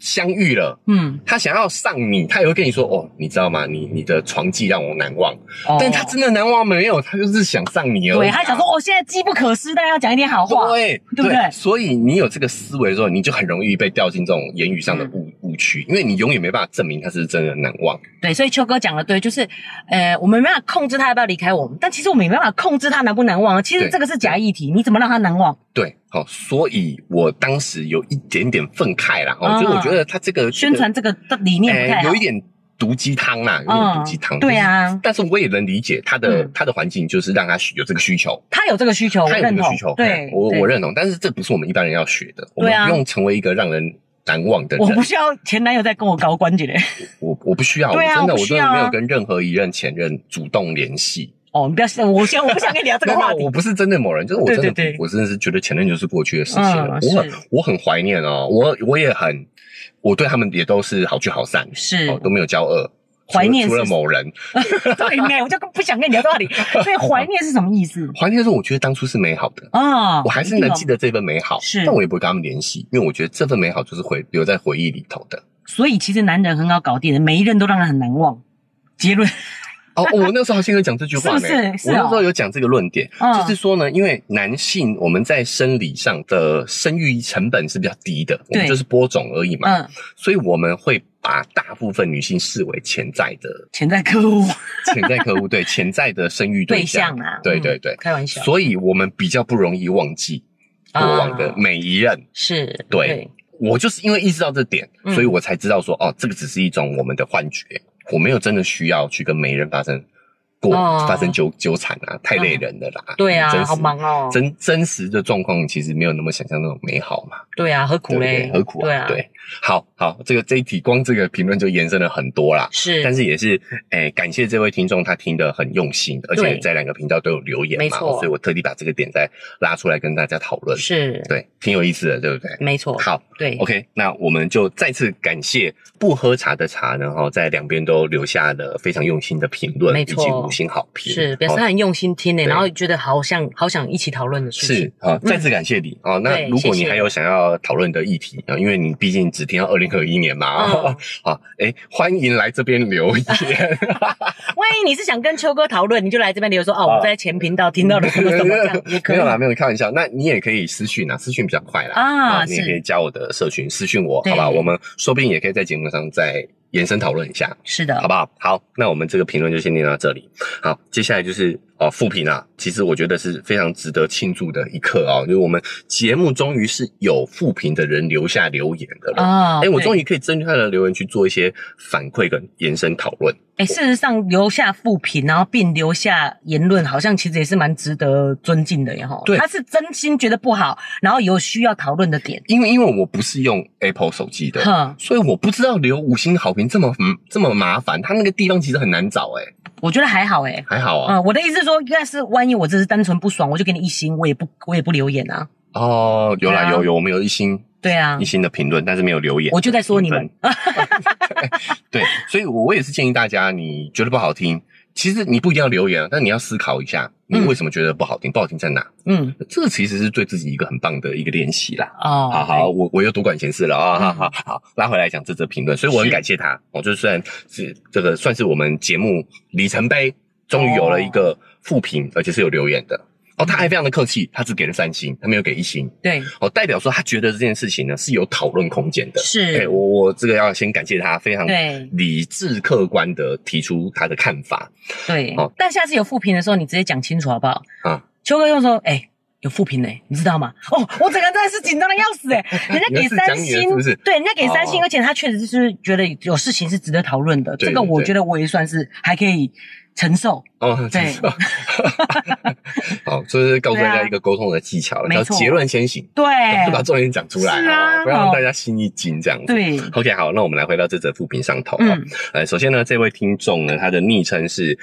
S1: 相遇了。
S2: 嗯，
S1: 他想要上你，他也会跟你说哦，你知道吗？你你的床技让我难忘，
S2: 哦
S1: 但他真的难忘没有？他就是想上你而已、啊
S2: 对，他想说，哦，现在机不可失，但要讲一点好话。
S1: 对
S2: 对不对嗯
S1: 所以你有这个思维的时候，你就很容易被掉进这种言语上的误误曲，因为你永远没办法证明他是真的难忘。
S2: 对，所以秋哥讲的对，就是，呃，我们没办法控制他要不要离开我们，但其实我们也没办法控制他难不难忘啊。其实
S1: 对
S2: 这个是假议题，你怎么让他难忘？
S1: 对，好，所以我当时有一点点愤慨啦，哦，
S2: 嗯
S1: 就是我觉得他这个
S2: 宣传这个的理念不太
S1: 哎
S2: 好。嗯
S1: 有一点毒鸡汤啦，有点毒鸡汤。
S2: 对啊，
S1: 但是我也能理解他的、
S2: 嗯
S1: 他的环境就是让他有这个需求，
S2: 他有这个需求，我
S1: 他有这
S2: 认
S1: 个
S2: 同
S1: 需求，。
S2: 对
S1: 哎，我
S2: 对
S1: 我认同。但是这不是我们一般人要学的，我们
S2: 对啊
S1: 不用成为一个让人难忘的人。
S2: 我不需要前男友再跟我搞关节嘞。
S1: 我我不需要，
S2: 对啊
S1: 我真的
S2: 我不
S1: 我
S2: 需
S1: 真
S2: 要啊
S1: 的没有跟任何一任前任主动联系。
S2: 哦，你不要，我先我不想跟你聊这
S1: 没
S2: 个
S1: 有，<laughs> 没
S2: 话
S1: 有
S2: 题
S1: 我。不是针对某人，就是我
S2: 对
S1: 真的，
S2: 对对
S1: 我真的是觉得前任就是过去的事情了。
S2: 嗯
S1: 我很
S2: 是
S1: 我很怀念哦，我我也很，我对他们也都是好聚好散，
S2: 是
S1: 哦，都没有交恶。除了
S2: 怀念是
S1: 除了某人，
S2: 对没有，我就不想跟你聊这个
S1: <laughs>
S2: 话题。所以怀念是什么意思？
S1: 怀念的时候，我觉得当初是美好的，
S2: 啊，
S1: 我还是
S2: 一定
S1: 能
S2: 哦
S1: 记。得这份美好，
S2: 是
S1: 但我也不会跟他们联系，因为我觉得这份美好就是回留在回忆里头的。
S2: 所以其实男人很好搞定的，每一任都让人很难忘。结论
S1: 哦，哦我那时候好像有讲这句话呢，
S2: <laughs> 是不是是
S1: 我那时
S2: 哦
S1: 候有讲这个论点，
S2: 嗯
S1: 就是说呢，因为男性我们在生理上的生育成本是比较低的，我
S2: 对
S1: 们就是播种而已嘛，
S2: 嗯，
S1: 所以我们会把大部分女性视为潜在
S2: <laughs>
S1: 的
S2: 潜在客户
S1: 潜在客户，对潜在的生育
S2: 对
S1: 对
S2: 象
S1: 象
S2: 啊，
S1: 对
S2: 嗯
S1: 对对，
S2: 开玩笑，
S1: 所以我们比较不容易忘记过往的
S2: 啊
S1: 每一任。
S2: 是
S1: 对我就是因为意识到这点，
S2: 嗯
S1: 所以我才知道说，哦，这个只是一种我们的幻觉，我没有真的需要去跟每人发生过、
S2: 哦
S1: 发生纠纠缠啊，太累人了啦。
S2: 对啊，
S1: 真实
S2: 好忙哦，
S1: 真真实的状况其实没有那么想象那种美好嘛，
S2: 对啊，何
S1: 对
S2: 苦
S1: 不
S2: 嘞
S1: 对？？何苦
S2: 对
S1: 啊？
S2: 啊，，
S1: 好好，这个这一题光这个评论就延伸了很多啦。
S2: 是，
S1: 但是也是，哎、感谢这位听众，他听得很用心，而且
S2: 对
S1: 在两个频道都有留言嘛，哦
S2: 没错
S1: 所以我特地把这个点再拉出来跟大家讨论，
S2: 是，嗯
S1: 对，挺有意思的，对不对？
S2: 没错，
S1: 好，
S2: 对
S1: OK，那我们就再次感谢不喝茶的茶呢，然后在两边都留下了非常用心的评论
S2: 没
S1: 以
S2: 错
S1: 及五星好评，
S2: 是表示他
S1: 哦
S2: 很用心听呢，
S1: 对
S2: 然后觉得好想好想一起讨论的事情
S1: 是，好、再次感谢你、哦。那
S2: 嗯对
S1: 如果
S2: 谢
S1: 你
S2: 谢
S1: 还有想要讨论的议题啊、因为你毕竟只听到二零二一年嘛，
S2: 嗯
S1: 啊、好，哎，欢迎来这边留
S2: <laughs>
S1: 言。
S2: 万一你是想跟秋哥讨论，你就来这边留言说哦，
S1: 啊
S2: 我在前频
S1: <laughs>
S2: 道听到了什么什么，这样也可
S1: 没
S2: 以
S1: 有啦，没有开玩笑。那你也可以私讯啊，私讯比较快啦。
S2: 啊
S1: 你也
S2: 是
S1: 可以加我的社群私讯我，
S2: 对
S1: 好吧？我们说不定也可以在节目上再延伸讨论一下。
S2: 是的
S1: 好，不好？好，那我们这个评论就先念到这里。好，接下来就是哦，复评啊，其实我觉得是非常值得庆祝的一刻啊、哦，就是我们节目终于是有复评的人留下留言的了。
S2: 啊
S1: 哎、我终
S2: 于
S1: 于可以针对他的留言去做一些反馈跟延伸讨论。
S2: 哎，事实上留下负评，然后并留下言论，好像其实也是蛮值得尊敬的耶哈。
S1: 对
S2: 他是真心觉得不好，然后有需要讨论的点，
S1: 因为因为我不是用 Apple 手机 <laughs> 的，
S2: 哼，
S1: 所以我不知道留五星好评这么嗯这么麻烦，它那个地方其实很难找、哎，
S2: 我觉得还好哎。
S1: 还好啊。
S2: 嗯，我的意思是说，应该是万一我只是单纯不爽，我就给你一星，我也不我也不留言啊。
S1: 哦，有
S2: 对
S1: 啦
S2: 啊
S1: 有有，我们有一星
S2: 对啊
S1: 一，星的评论，但是没有留言。嗯
S2: 我就在说你们。
S1: <laughs> 对，所以我我也是建议大家，你觉得不好听，其实你不一定要留言啊，但你要思考一下，你
S2: 嗯
S1: 为什么觉得不好听，不好听在哪？
S2: 嗯
S1: 这其实是对自己一个很棒的一个练习啦。
S2: 哦，
S1: 好好，我我又多管闲事了啊！好
S2: 嗯
S1: 好好，拉回来讲这则评论，所以我很
S2: 是
S1: 感谢他。我就虽然是这个算是我们节目里程碑，终于
S2: 哦
S1: 有了一个复评，而且是有留言的。哦，他
S2: 嗯
S1: 还非常的客气，他只给了三星，他没有给一星。
S2: 对
S1: 哦，代表说他觉得这件事情呢是有讨论空间的。哎、
S2: 是，
S1: 我我这个要先感谢他，非常
S2: 对
S1: 理智客观的提出他的看法
S2: 对
S1: 好。
S2: 但下次有复评的时候，你直接讲清楚好不好？
S1: 啊。
S2: 秋哥又说：“哎、有复评嘞，你知道吗？哦，我整个真的是紧张的要死
S1: <laughs>
S2: 哎、人家给
S1: 你们
S2: 三
S1: 是讲你的
S2: 星，
S1: 是不是
S2: 对，人家给三星，
S1: 哦
S2: 而且他确实是觉得有事情是值得讨论的。
S1: 对
S2: 这个
S1: 对
S2: 我
S1: 对
S2: 觉得我也算是还可以承受，
S1: 哦， <laughs>
S2: 对
S1: 好，这是告诉大
S2: 对
S1: 家
S2: 啊
S1: 一个沟通的技巧了，
S2: 没
S1: 叫
S2: 错
S1: 结论先行， <laughs>
S2: 对
S1: 把重点讲出来
S2: 是啊
S1: 哦不要让
S2: 哦
S1: 大家心一惊这样子。 <laughs>
S2: 对，
S1: OK，好，那我们来回到这则副评上头、哦。
S2: 嗯，
S1: 呃，首先呢，这位听众呢，他的昵称是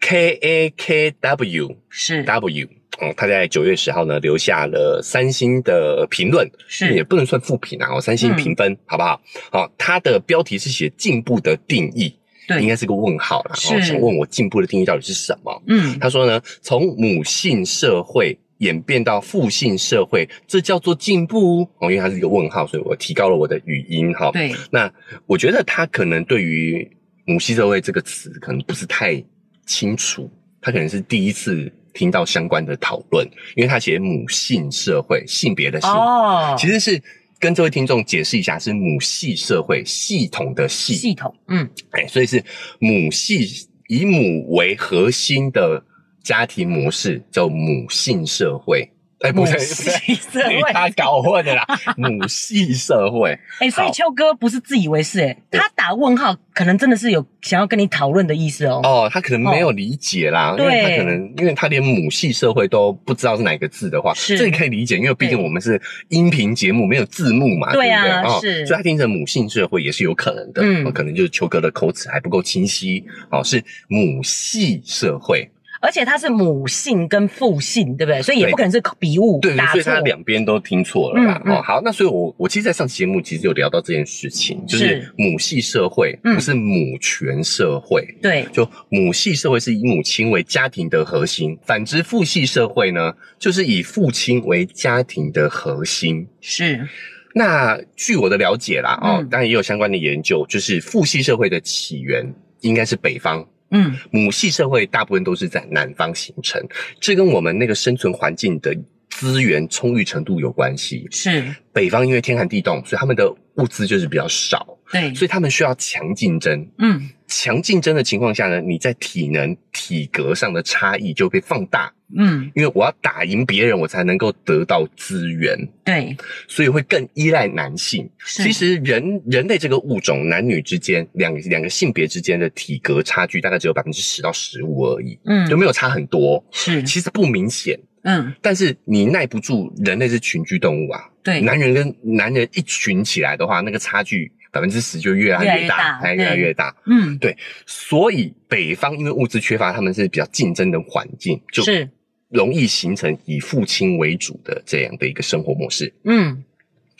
S1: K A K W
S2: 是
S1: W。哦，他在九月十号呢留下了三星的评论，也
S2: 是
S1: 不能算负评啊，哦，三
S2: 嗯
S1: 星评分、好不好？好、它的标题是写进步的定义，应
S2: 对，
S1: 该是个问号啦。
S2: 是
S1: 哦，想问我进步的定义到底是什么？
S2: 嗯
S1: 他说呢，从母性社会演变到父性社会，这叫做进步哦，因为它是一个问号，所以我提高了我的语音哈。 <laughs>
S2: 对，
S1: 那我觉得他可能对于母系社会这个词可能不是太清楚，他可能是第一次听到相关的讨论，因为他写母性社会，性别的性，
S2: 哦，
S1: 其实是跟这位听众解释一下，是母系社会系统的系，
S2: 系统，嗯，
S1: 哎、所以是母系以母为核心的家庭模式叫母性社会。哎、 <laughs> 不
S2: 母
S1: 对，不对
S2: 系社
S1: 被 <laughs>
S2: 会，
S1: 他搞混了啦，母系社会。
S2: 哎、所以
S1: 好
S2: 秋哥不是自以为是、哎，
S1: 对
S2: 他打问号，可能真的是有想要跟你讨论的意思哦。哦
S1: 哦，他可能没有理解啦，因为他可能因为他连母系社会都不知道是哪个字的话，
S2: 是
S1: 这也可以理解，因为毕竟
S2: 对
S1: 我们是音频节目，没有字幕嘛，
S2: 对
S1: 不对？
S2: 啊
S1: 哦，
S2: 是
S1: 所以他听成母性社会也是有可能的，
S2: 嗯
S1: 哦可能就是秋哥的口齿还不够清晰，哦，是母系社会，
S2: 而且它是母性跟父性，对不对？所以也
S1: 对
S2: 不可能是笔误
S1: 对，
S2: 打
S1: 所以
S2: 错
S1: 他。两边都听错了啦。
S2: 嗯嗯
S1: 哦，好，那所以我我其实，在上期节目其实有聊到这件事情，就是
S2: 是
S1: 母系社会
S2: 嗯
S1: 不是母权社会，
S2: 对，
S1: 就母系社会是以母亲为家庭的核心，反之父系社会呢，就是以父亲为家庭的核心。
S2: 是
S1: 那据我的了解啦，哦，
S2: 嗯
S1: 当然也有相关的研究，就是父系社会的起源应该是北方，
S2: 嗯，
S1: 母系社会大部分都是在南方形成，这跟我们那个生存环境的资源充裕程度有关系。
S2: 是
S1: 北方因为天寒地冻，所以他们的物资就是比较少，
S2: 对，
S1: 所以他们需要强竞争。
S2: 嗯
S1: 强竞争的情况下呢，你在体能、体格上的差异就被放大，
S2: 嗯，
S1: 因为我要打赢别人，我才能够得到资源，
S2: 对，
S1: 所以会更依赖男性。
S2: 是
S1: 其实人人类这个物种，男女之间两个两个性别之间的体格差距大概只有百分之十到十五而已，
S2: 嗯
S1: 有没有差很多？
S2: 是
S1: 其实不明显，
S2: 嗯
S1: 但是你耐不住人类是群居动物啊，
S2: 对
S1: 男人跟男人一群起来的话，那个差距百分之十就越来
S2: 越来
S1: 越
S2: 越
S1: 大
S2: 大，
S1: 哎，越来
S2: 对
S1: 越大。
S2: 嗯
S1: 所以北方因为物资缺乏，他们是比较竞争的环境，就是容易形成以父亲为主的这样的一个生活模式。
S2: 嗯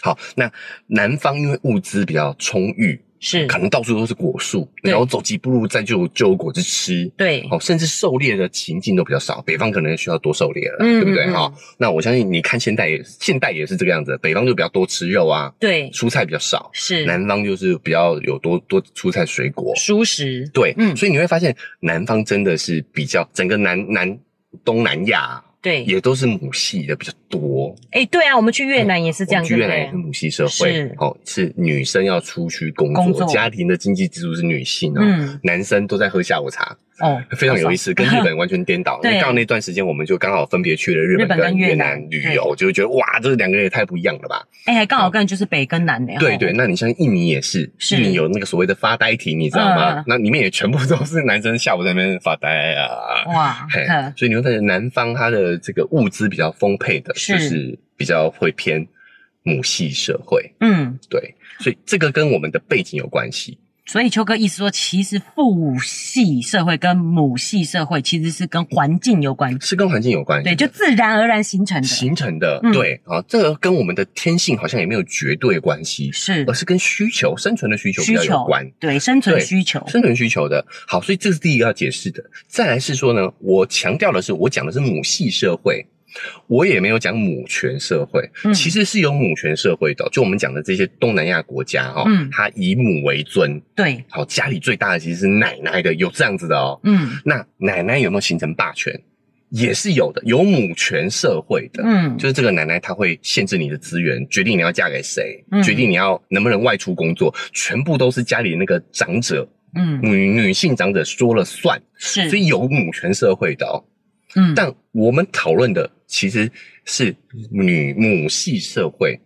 S1: 好，那南方因为物资比较充裕，
S2: 是
S1: 可能到处都是果树，
S2: 嗯对
S1: 然后走几步路再就就有果子吃。
S2: 对
S1: 哦，甚至狩猎的情境都比较少，北方可能需要多狩猎了，
S2: 嗯
S1: 对不对？
S2: 嗯嗯
S1: 哈、那我相信你看现代也现代也是这个样子，北方就比较多吃肉啊，
S2: 对
S1: 蔬菜比较少，
S2: 是
S1: 南方就是比较有多多蔬菜水果，
S2: 舒适
S1: 对，
S2: 嗯
S1: 所以你会发现南方真的是比较整个南南东南亚
S2: 对，
S1: 也都是母系的比较多，
S2: 哎对啊，我们去越南也是这
S1: 哦
S2: 样，
S1: 我们去越南
S2: 对
S1: 也是
S2: 不对
S1: 母系社会
S2: 是，
S1: 哦，是女生要出去工作，
S2: 工作
S1: 家庭的经济支柱是女性哦。
S2: 嗯
S1: 男生都在喝下午茶，
S2: 哦，
S1: 非常有意思，跟日本完全颠
S2: <laughs>
S1: 倒。因
S2: 对
S1: 为刚好那段时间，我们就刚好分别去了日
S2: 日
S1: 本
S2: 本跟
S1: 跟越
S2: 越
S1: 南
S2: 南
S1: 旅游，就觉得哇，这两个人也太不一样了吧！
S2: 哎，还刚好跟就是北跟南的，
S1: 哦
S2: 哦
S1: 对
S2: 吼
S1: 对，，那你像印尼也是，
S2: 是
S1: 印尼有那个所谓的发呆亭，你知道吗
S2: 嗯？
S1: 那里面也全部都是男生下午在那边发呆啊，
S2: 哇，
S1: 嘿
S2: 呵，
S1: 所以你会发现南方它的这个物资比较丰沛的，
S2: 是
S1: 就是比较会偏母系社会，
S2: 嗯，
S1: 对，所以这个跟我们的背景有关系，
S2: 所以秋哥意思说，其实父系社会跟母系社会其实是跟环境有关，
S1: 是跟环境有关系，
S2: 对，就自然而然形成的，
S1: 形成的，
S2: 嗯
S1: 对啊，这个跟我们的天性好像也没有绝对关系，
S2: 是
S1: 而是跟需求、生存的需求比
S2: 需
S1: 较有
S2: 求
S1: 关。，
S2: 对，生存
S1: 对
S2: 需求，
S1: 哦生存需求的。好，所以这是第一个要解释的。再来是说呢，我强调的是，我讲的是母系社会，我也没有讲母权社会。
S2: 嗯
S1: 其实是有母权社会的，就我们讲的这些东南亚国家哦，
S2: 嗯
S1: 它以母为尊，
S2: 对，
S1: 好，家里最大的其实是奶奶的，有这样子的哦。
S2: 嗯
S1: 那奶奶有没有形成霸权？也是有的，有母权社会的。
S2: 嗯，
S1: 就是这个奶奶，她会限制你的资源，决定你要嫁给谁，
S2: 嗯
S1: 决定你要能不能外出工作，全部都是家里那个长者
S2: 嗯
S1: 女女性长者说了算，
S2: 是，
S1: 所以有母权社会的哦。
S2: 嗯
S1: 但我们讨论的其实是女母系社会，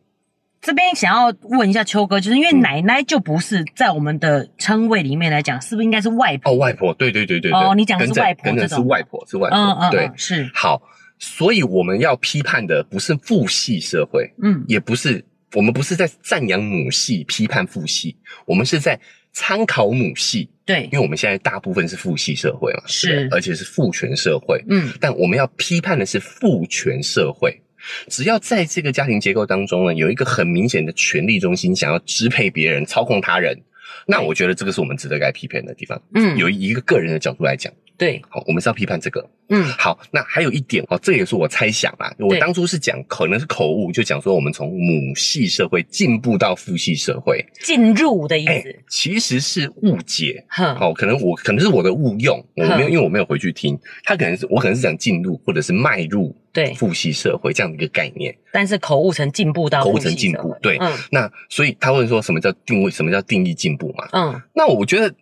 S2: 这边想要问一下秋哥，就是因为
S1: 嗯
S2: 奶奶就不是在我们的称谓里面来讲，是不是应该是外婆？
S1: 哦，外婆，对对对对对，
S2: 哦你讲的是
S1: 更正
S2: 外婆
S1: 更正
S2: 这
S1: 是
S2: 种
S1: 外婆，是外婆，
S2: 嗯嗯，
S1: 对
S2: 嗯，是，
S1: 好，所以我们要批判的不是父系社会，
S2: 嗯
S1: 也不是我们不是在赞扬母系、批判父系，我们是在参考母系，
S2: 对
S1: 因，为我们现在大部分是父系社会嘛，
S2: 是
S1: 对不对而且是父权社会，
S2: 嗯
S1: 但我们要批判的是父权社会。只要在这个家庭结构当中呢，有一个很明显的权力中心想要支配别人、操控他人，那我觉得这个是我们值得该批判的地方。
S2: 嗯
S1: 有一个个人的角度来讲，
S2: 对，
S1: 好，我们是要批判这个。
S2: 嗯
S1: 好，那还有一点哦，这也是我猜想啦。我
S2: 对
S1: 当初是讲可能是口误，就讲说我们从母系社会进步到父系社会，
S2: 进入的意
S1: 哎、
S2: 思，
S1: 其实是误解。
S2: 哼，
S1: 哦，可能我可能是我的误用，我没有，
S2: 嗯
S1: 因为我没有回去听，他可能是我可能是讲进入或者是迈入
S2: 对，
S1: 父系社会这样的一个概念，
S2: 但是口误成进步到
S1: 口误
S2: 父系
S1: 成进
S2: 社
S1: 步
S2: 会，
S1: 对。
S2: 嗯
S1: 那所以他问说什么叫定位，什么叫定义进步嘛？
S2: 嗯，
S1: 那我觉得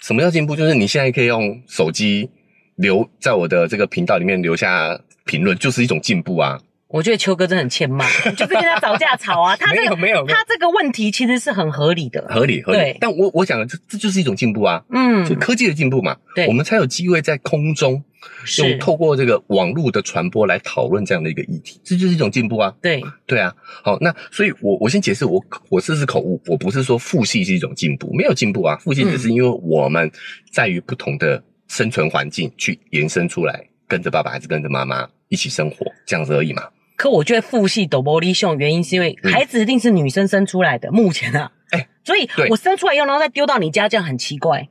S1: 什么叫进步，就是你现在可以用手机留在我的这个频道里面留下评论，就是一种进步啊。
S2: 我觉得秋哥真的很欠
S1: <laughs>
S2: 骂，你就是跟他找架吵啊，他
S1: 没
S2: 这
S1: 有
S2: 个
S1: 没有没有
S2: 他，这个问题其实是很合理的，
S1: 合理合理
S2: 对。
S1: 但我我讲的这这就是一种进步啊，
S2: 嗯
S1: 就，科技的进步嘛，
S2: 对
S1: 我们才有机会在空中用
S2: 是，
S1: 透过这个网络的传播来讨论这样的一个议题，这就是一种进步啊。
S2: 对，
S1: 对啊，好，那所以我，我先解释，我我这是口误，我不是说父系是一种进步，没有进步啊，父系只是因为我们在于不同的生存环境去延伸出来，跟着爸爸还是跟着妈妈一起生活这样子而已嘛。
S2: 可我觉得父系抖玻璃胸原因是因为
S1: 嗯
S2: 孩子一定是女生生出来的，目前啊，
S1: 哎
S2: <laughs> 所以
S1: 对
S2: 我生出来以后，然后再丢到你家，这样很奇怪。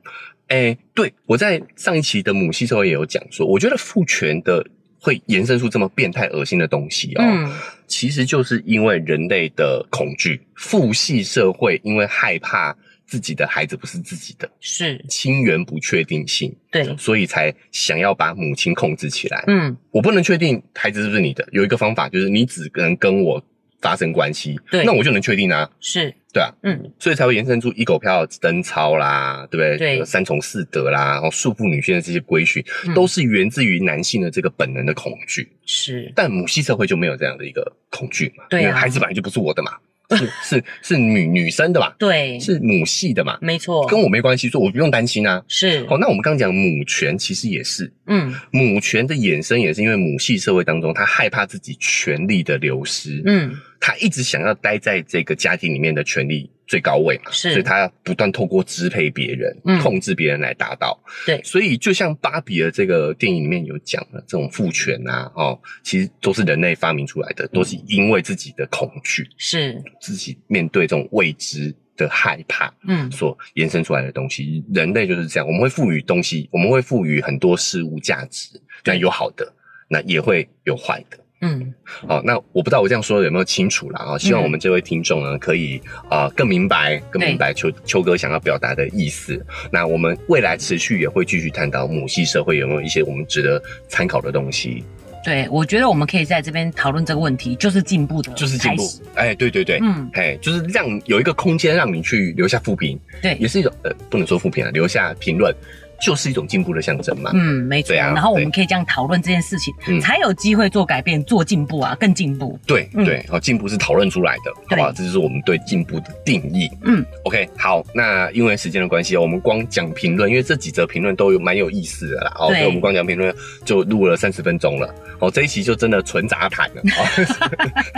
S1: 哎，对我在上一期的母系社会也有讲说，我觉得父权的会延伸出这么变态恶心的东西哦，
S2: 嗯，
S1: 其实就是因为人类的恐惧，父系社会因为害怕自己的孩子不是自己的，
S2: 是
S1: 亲缘不确定性。
S2: 对，
S1: 所以才想要把母亲控制起来。
S2: 嗯，
S1: 我不能确定孩子是不是你的，有一个方法就是你只能跟我发生关系，
S2: 对
S1: 那我就能确定啊，
S2: 是，
S1: 对啊，
S2: 嗯，
S1: 所以才会延伸出一狗票贞操啦，对不对？
S2: 对
S1: 有三从四德啦，然后束缚女性的这些规训，
S2: 嗯
S1: 都是源自于男性的这个本能的恐惧。
S2: 是
S1: 但母系社会就没有这样的一个恐惧嘛，
S2: 对啊
S1: 因为孩子本来就不是我的嘛，是 <laughs> 是是女女生的嘛，
S2: 对，
S1: 是母系的嘛，
S2: 没错，
S1: 跟我没关系，所以我不用担心啊。
S2: 是
S1: 好，，那我们刚刚讲母权其实也是，
S2: 嗯
S1: 母权的衍生也是因为母系社会当中，他害怕自己权力的流失，，
S2: 嗯，
S1: 他一直想要待在这个家庭里面的权力最高位嘛，
S2: 是
S1: 所以他要不断透过支配别人、
S2: 嗯
S1: 控制别人来达到。
S2: 对
S1: 所以就像芭比的这个电影里面有讲的，这种父权啊，哦，其实都是人类发明出来的，都是因为自己的恐惧、
S2: 是，
S1: 自己面对这种未知的害怕，
S2: 嗯
S1: 所延伸出来的东西。人类就是这样，我们会赋予东西，我们会赋予很多事物价值，那有好的，那也会有坏的。
S2: 嗯，
S1: 好，那我不知道我这样说有没有清楚啦啊、希望我们这位听众呢，可以啊、呃更明白、更明白秋秋哥想要表达的意思。那我们未来持续也会继续探讨母系社会有没有一些我们值得参考的东西，
S2: 对，我觉得我们可以在这边讨论这个问题，就是进步的，
S1: 就是进步。哎，对对对。
S2: 嗯，
S1: 哎，就是让有一个空间让你去留下复评，
S2: 对
S1: 也，是一种呃，不能说复评啊，留下评论，就是一种进步的象征嘛。
S2: 嗯，没错。
S1: 对啊
S2: 然后我们
S1: 对
S2: 可以这样讨论这件事情，
S1: 嗯
S2: 才有机会做改变、做进步啊，更进步。
S1: 对
S2: 嗯
S1: 对，好，进步是讨论出来的，好不好？这就是我们对进步的定义。
S2: 嗯
S1: ，OK，好，那因为时间的关系哦，我们光讲评论，因为这几则评论都有蛮有意思的啦，哦，
S2: 对
S1: 所以我们光讲评论就录了三十分钟了，哦，这一期就真的纯杂谈了，哦、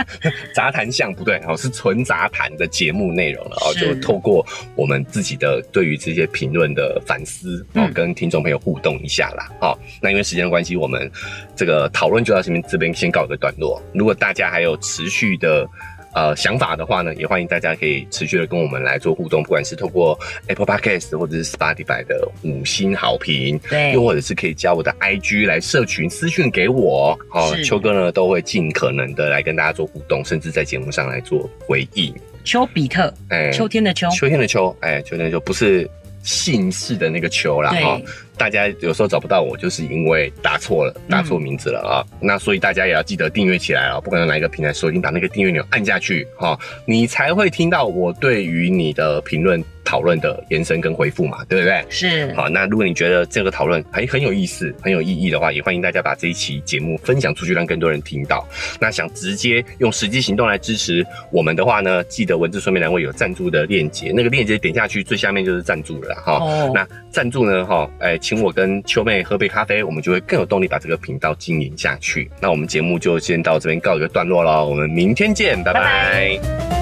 S1: 杂谈项不对，哦，是纯杂谈的节目内容了，哦，
S2: 是
S1: 就透过我们自己的对于这些评论的反思，哦，
S2: 嗯
S1: 跟听众朋友互动一下啦，哦，那因为时间的关系，我们这个讨论就到这边这边先告一个段落。如果大家还有持续的呃想法的话呢，也欢迎大家可以持续的跟我们来做互动，不管是透过 Apple Podcast 或者是 Spotify 的五星好评，
S2: 对
S1: 又，或者是可以加我的 IG 来社群私讯给我。哦，
S2: 是
S1: 秋哥呢都会尽可能的来跟大家做互动，甚至在节目上来做回应。
S2: 丘比特，
S1: 哎
S2: 秋天的哦秋，
S1: 秋天的秋，哎，秋天的秋不是姓氏的那个秋啦，
S2: 对
S1: 哈、大家有时候找不到我，就是因为打错了，打
S2: 嗯
S1: 错名字了啊、那所以大家也要记得订阅起来哦，不管用哪一个平台收听，把那个订阅钮按下去，哈、你才会听到我对于你的评论、讨论的延伸跟回复嘛，对不对？
S2: 是，
S1: 好，那如果你觉得这个讨论还很有意思、很有意义的话，也欢迎大家把这一期节目分享出去，让更多人听到。那想直接用实际行动来支持我们的话呢，记得文字说明栏位有赞助的链接，那个链接点下去最下面就是赞助了哈。
S2: 哦
S1: 那赞助呢？哈，哎，请我跟秋妹喝杯咖啡，我们就会更有动力把这个频道经营下去。那我们节目就先到这边告一个段落喽，我们明天见，拜
S2: 拜
S1: 拜
S2: 拜